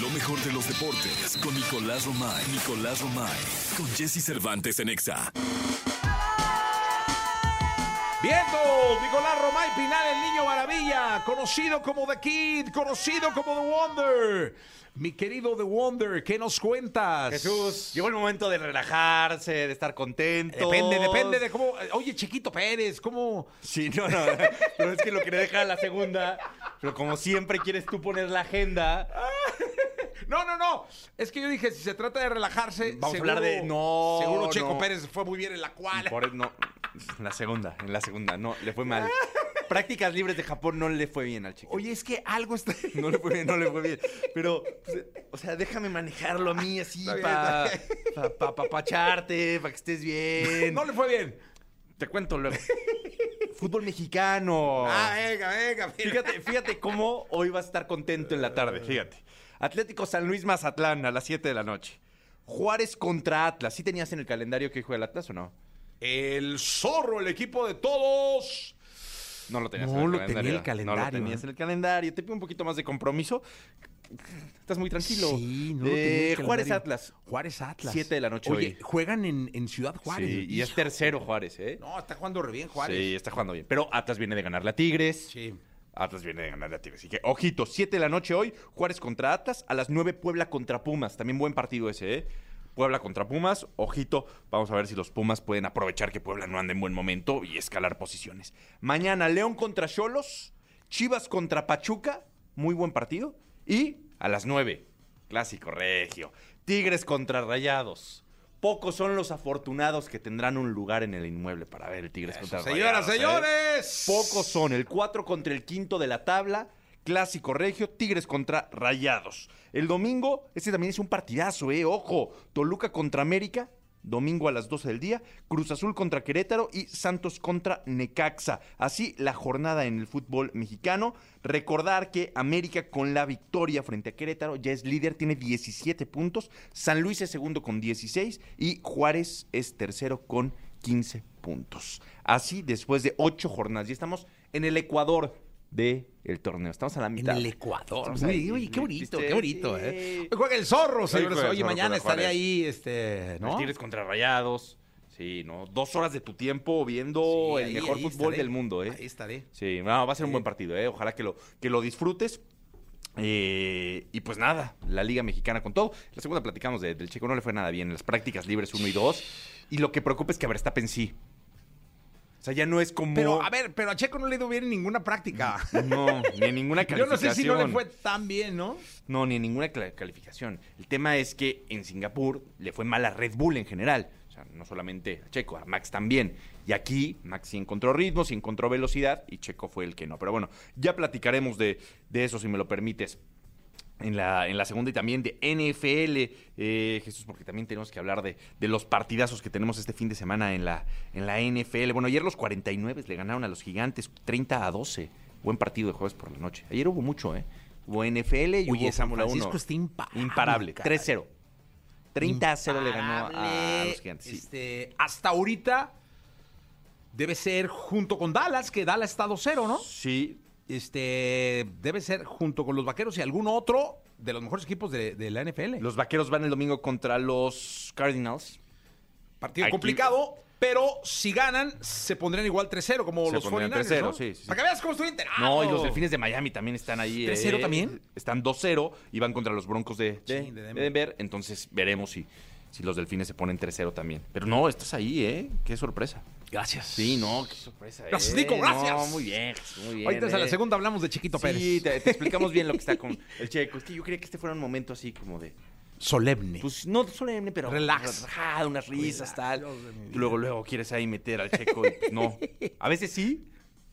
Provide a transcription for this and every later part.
Lo mejor de los deportes con Nicolás Romay. Nicolás Romay. Con Jesse Cervantes en Exa. Vientos, Nicolás Romay Pinal, el niño maravilla, conocido como The Kid, conocido como The Wonder. Mi querido The Wonder, ¿qué nos cuentas? Jesús, Pues, llegó el momento de relajarse, de estar contento. Depende, depende de cómo. eh, Oye, Chiquito Pérez, ¿cómo? Sí, no, no, no, es que lo quería dejar a la segunda, pero como siempre quieres tú poner la agenda. No, no, no. Es que yo dije, si se trata de relajarse. Vamos a hablar de- no, Seguro Checo no. Pérez fue muy bien en la cual. Por el- no, en la segunda, en la segunda, no, le fue mal. Prácticas libres de Japón no le fue bien al chico. Oye, es que algo está. No le fue bien, no le fue bien. Pero, pues, o sea, déjame manejarlo a mí así Está bien, para está pa, pa- pa- pacharte, para que estés bien. No le fue bien. Te cuento luego. Fútbol mexicano. Ah, venga, venga. Fíjate, fíjate cómo hoy vas a estar contento en la tarde, fíjate. Atlético San Luis Mazatlán a las 7 de la noche. Juárez contra Atlas. ¿Sí tenías en el calendario que juega el Atlas o no? El zorro, el equipo de todos. No lo tenías No en el lo calendario. tenía el No calendario, lo tenías ¿eh? en el calendario. Te pido un poquito más de compromiso. Estás muy tranquilo. Sí, no lo Eh, tenía en el Juárez calendario. Atlas. Juárez Atlas. Siete de la noche Oye, hoy. juegan en, en Ciudad Juárez. Sí, y es tercero Juárez, ¿eh? No, está jugando re bien Juárez. Sí, está jugando bien. Pero Atlas viene de ganarle a Tigres. Sí. Atlas viene de ganar a Tigres. Así que, ojito, 7 de la noche hoy, Juárez contra Atlas. A las 9, Puebla contra Pumas. También buen partido ese, ¿eh? Puebla contra Pumas. Ojito, vamos a ver si los Pumas pueden aprovechar que Puebla no anda en buen momento y escalar posiciones. Mañana, León contra Cholos. Chivas contra Pachuca. Muy buen partido. Y a las 9, clásico regio. Tigres contra Rayados. Pocos son los afortunados que tendrán un lugar en el inmueble para ver el Tigres contra Señoras, Rayados, ¿eh? señores. Pocos son el 4 contra el quinto de la tabla. Clásico regio, Tigres contra Rayados. El domingo, este también es un partidazo, ¿eh? Ojo, Toluca contra América, domingo a las 12 del día. Cruz Azul contra Querétaro y Santos contra Necaxa. Así la jornada en el fútbol mexicano. Recordar que América con la victoria frente a Querétaro ya es líder, tiene 17 puntos. San Luis es segundo con 16 y Juárez es tercero con 15 puntos. Así después de ocho jornadas. Y estamos en el Ecuador del torneo. Estamos a la En mitad. el Ecuador. Estamos Uy, ahí. uy, qué bonito, qué Sí. bonito, ¿eh? Hoy Juega el zorro, señores. juega el Oye, zorro mañana contra estaré Juárez. ahí, este, Los ¿no? Tigres contra Rayados. Sí, ¿no? Dos horas de tu tiempo viendo Sí, el ahí, mejor ahí fútbol estaré. del mundo, ¿eh? Ahí estaré. Sí, no, va a ser un buen partido, ¿eh? Ojalá que lo, que lo disfrutes. Eh, y pues nada, la Liga Mexicana con todo. La segunda platicamos de- del Checo, no le fue nada bien. Las prácticas libres 1 y 2. Y lo que preocupa es que Verstappen sí. O sea, ya no es como. Pero, a ver, pero a Checo no le ha ido bien en ninguna práctica. No, ni en ninguna Yo calificación. no sé si no le fue tan bien, ¿no? No, ni en ninguna cla- calificación. El tema es que en Singapur le fue mal a Red Bull en general. O sea, no solamente a Checo, a Max también. Y aquí Max sí encontró ritmo, sí encontró velocidad y Checo fue el que no. Pero bueno, ya platicaremos de, de eso si me lo permites. En la, en la segunda y también de NFL, eh, Jesús, porque también tenemos que hablar de, de los partidazos que tenemos este fin de semana en la, en la NFL. Bueno, ayer los 49 le ganaron a los gigantes 30 a 12. Buen partido de jueves por la noche. Ayer hubo mucho, ¿eh? Hubo NFL Oye, y hubo San Fórmula 1. Francisco está imparable, Imparable, caray. 3-0. 30 a 0 le ganó a, a Imparable, los gigantes. sí. Este, hasta ahorita debe ser junto con Dallas, que Dallas está 2-0, ¿no? Sí, Este, debe ser junto con los vaqueros y algún otro de los mejores equipos de, de la NFL. los vaqueros van el domingo contra los Cardinals. Partido Aquí- complicado, pero si ganan, se pondrían igual 3-0, como Se los pondrían 49 3-0, ¿no? sí, sí, sí. Para que veas cómo estoy enterado. No, y los delfines de Miami también están ahí. eh. 3-0 también. Están 2-0 y van contra los broncos de, de- Sí, de de Denver. Denver. Entonces veremos si, si los delfines se ponen 3-0 también. Pero no, estás ahí, ¿eh? Qué sorpresa. Gracias. Sí, no, qué sorpresa. ¿eh? Gracias, Nico, gracias. No, muy bien, Jesús, muy bien. Ahorita a la ¿eh? segunda hablamos de Chiquito Sí, Pérez. te, te explicamos bien lo que está con el checo. Es que yo creía que este fuera un momento así como de. Solemne. Pues no solemne, pero. Relax. Relajado, unas risas, Relax, tal. Dios de mi vida. Luego, luego quieres ahí meter al checo y pues, no. A veces sí.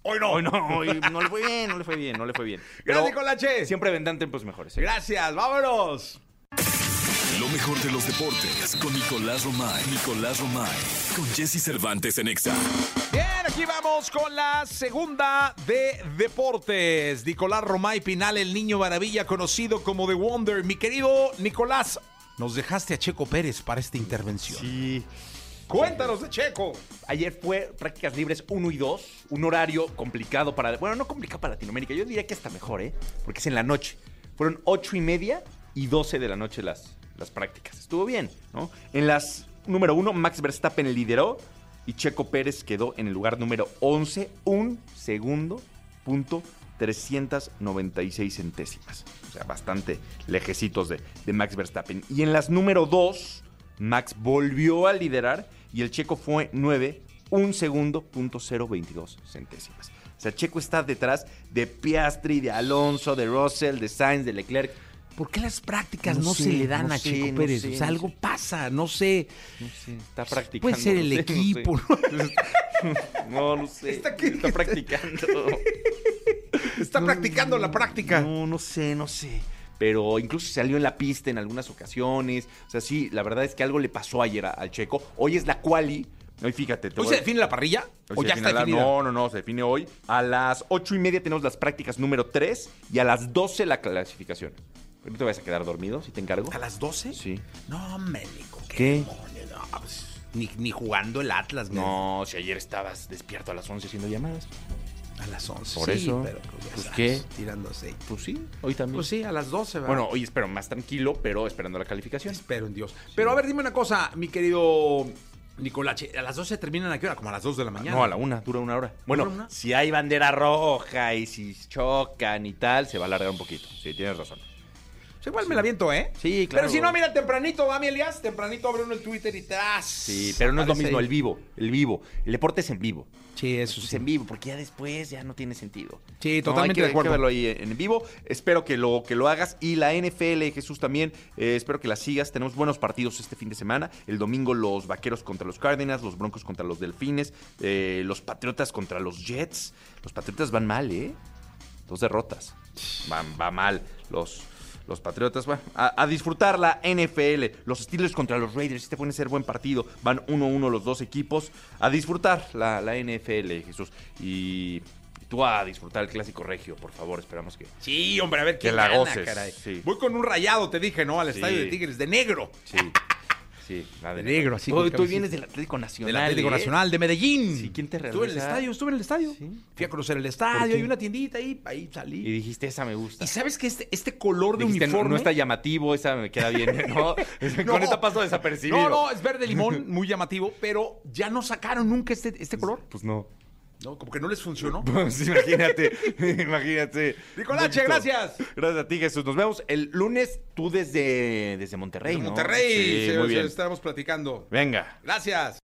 Hoy no. Hoy no, hoy no le fue bien, no le fue bien, no le fue bien. Pero- Gracias, Colache. Siempre vendrán tiempos mejores. ¿eh? Gracias, vámonos. Lo mejor de los deportes con Nicolás Romay. Nicolás Romay. Con Jesse Cervantes en Exa. Bien, aquí vamos con la segunda de deportes. Nicolás Romay Pinal, el niño maravilla conocido como The Wonder. Mi querido Nicolás, nos dejaste a Checo Pérez para esta intervención. Sí. Cuéntanos de Checo. Ayer fue prácticas libres 1 y 2, un horario complicado para... Bueno, no complicado para Latinoamérica, yo diría que hasta mejor, ¿eh? Porque es en la noche. Fueron 8 y media y 12 de la noche las, las prácticas. Estuvo bien, ¿no? En las número 1, Max Verstappen lideró y Checo Pérez quedó en el lugar número 11, un segundo, punto 396 centésimas. O sea, bastante lejecitos de, de Max Verstappen. Y en las número 2, Max volvió a liderar y el Checo fue 9, un segundo, punto 022 centésimas. O sea, Checo está detrás de Piastri, de Alonso, de Russell, de Sainz, de Leclerc. ¿Por qué las prácticas No no, sé, se le dan no a sé, Checo no Pérez? sé, o sea, no algo sé. pasa, no sé. Pues, Está practicando. Puede ser el no sé, no sé. equipo, ¿no? No, no sé. Está, practicando. Está practicando la práctica. No, no sé, no sé. Pero incluso salió en la pista en algunas ocasiones. O sea, sí, la verdad es que algo le pasó ayer a- al Checo. Hoy es la quali. Hoy fíjate. te ¿Hoy voy- se define la parrilla? Hoy ¿O se ya define está la- definida? No, no, no, se define hoy. A las ocho y media tenemos las prácticas número 3 y a las 12 la clasificación. ¿No te vas a quedar dormido, si te encargo? ¿A las 12? Sí. No, Mélico, qué, ¿Qué? demonio, no, pues, ni, ni jugando el Atlas, me- No, si ayer estabas despierto a las 11 haciendo llamadas. A las 11. Por sí, eso. pero pues, ya Pues, sabes, ¿qué? tirando aceite. Pues sí, hoy también. Pues sí, a las 12, ¿verdad? Bueno, hoy espero más tranquilo, pero esperando la calificación. espero en Dios. Pero a ver, dime una cosa, mi querido Nicolache. ¿A las 12 terminan a qué hora? Como a las 2 de la mañana. No, a la una, dura una hora. Bueno, una? si hay bandera roja y si chocan y tal, se va a alargar un poquito. Sí, tienes razón. Pues igual me la viento, ¿eh? Sí, claro. Pero si no, mira, tempranito, Dami Elías, tempranito abre uno el Twitter y tras. Sí, pero no es lo aparece mismo ahí. el vivo, el vivo. El deporte es en vivo. Sí, eso Es sí. pues, en vivo, porque ya después ya no tiene sentido. Sí, No, totalmente hay que- de acuerdo. Hay que verlo ahí en vivo. Espero que lo, que lo hagas. Y la NFL, Jesús, también. eh, espero que la sigas. Tenemos buenos partidos este fin de semana. El domingo los Vaqueros contra los Cardinals, los Broncos contra los Delfines, eh, los Patriotas contra los Jets. Los Patriotas van mal, ¿eh? Dos derrotas. Van, va mal los... Los Patriotas, bueno, a, a disfrutar la NFL. Los Steelers contra los Raiders. Este puede ser buen partido. Van 1-1 los dos equipos. A disfrutar la, la NFL, Jesús. Y tú a disfrutar el clásico regio, por favor. Esperamos que, Sí, hombre, a ver Que quién la gana, goces, caray. sí. Voy con un rayado, te dije, ¿no? Al Sí. estadio de Tigres, de negro. Sí, sí, la de De negro, así Hoy con tú camiseta. vienes del Atlético Nacional. Del Atlético ¿eh? Nacional de Medellín. Sí, ¿quién te Estuve en el regresa? estadio, estuve en el estadio. Sí. Fui a conocer el estadio, qué? hay una tiendita ahí, ahí salí. Y dijiste, esa me gusta. Y sabes que este, este color de Dijiste, no- uniforme. No, está llamativo, esa me queda bien, ¿no? Con esta paso desapercibido. No, no, es verde limón, muy llamativo, pero ya no sacaron nunca este, este color. Pues no. No, como que no les funcionó. Pues imagínate, imagínate. Nicolache, Un poquito. gracias. Gracias a ti, Jesús. Nos vemos el lunes, tú desde, desde Monterrey, En ¿no? Monterrey, Sí, se- muy se- bien. estábamos platicando. Venga. Gracias.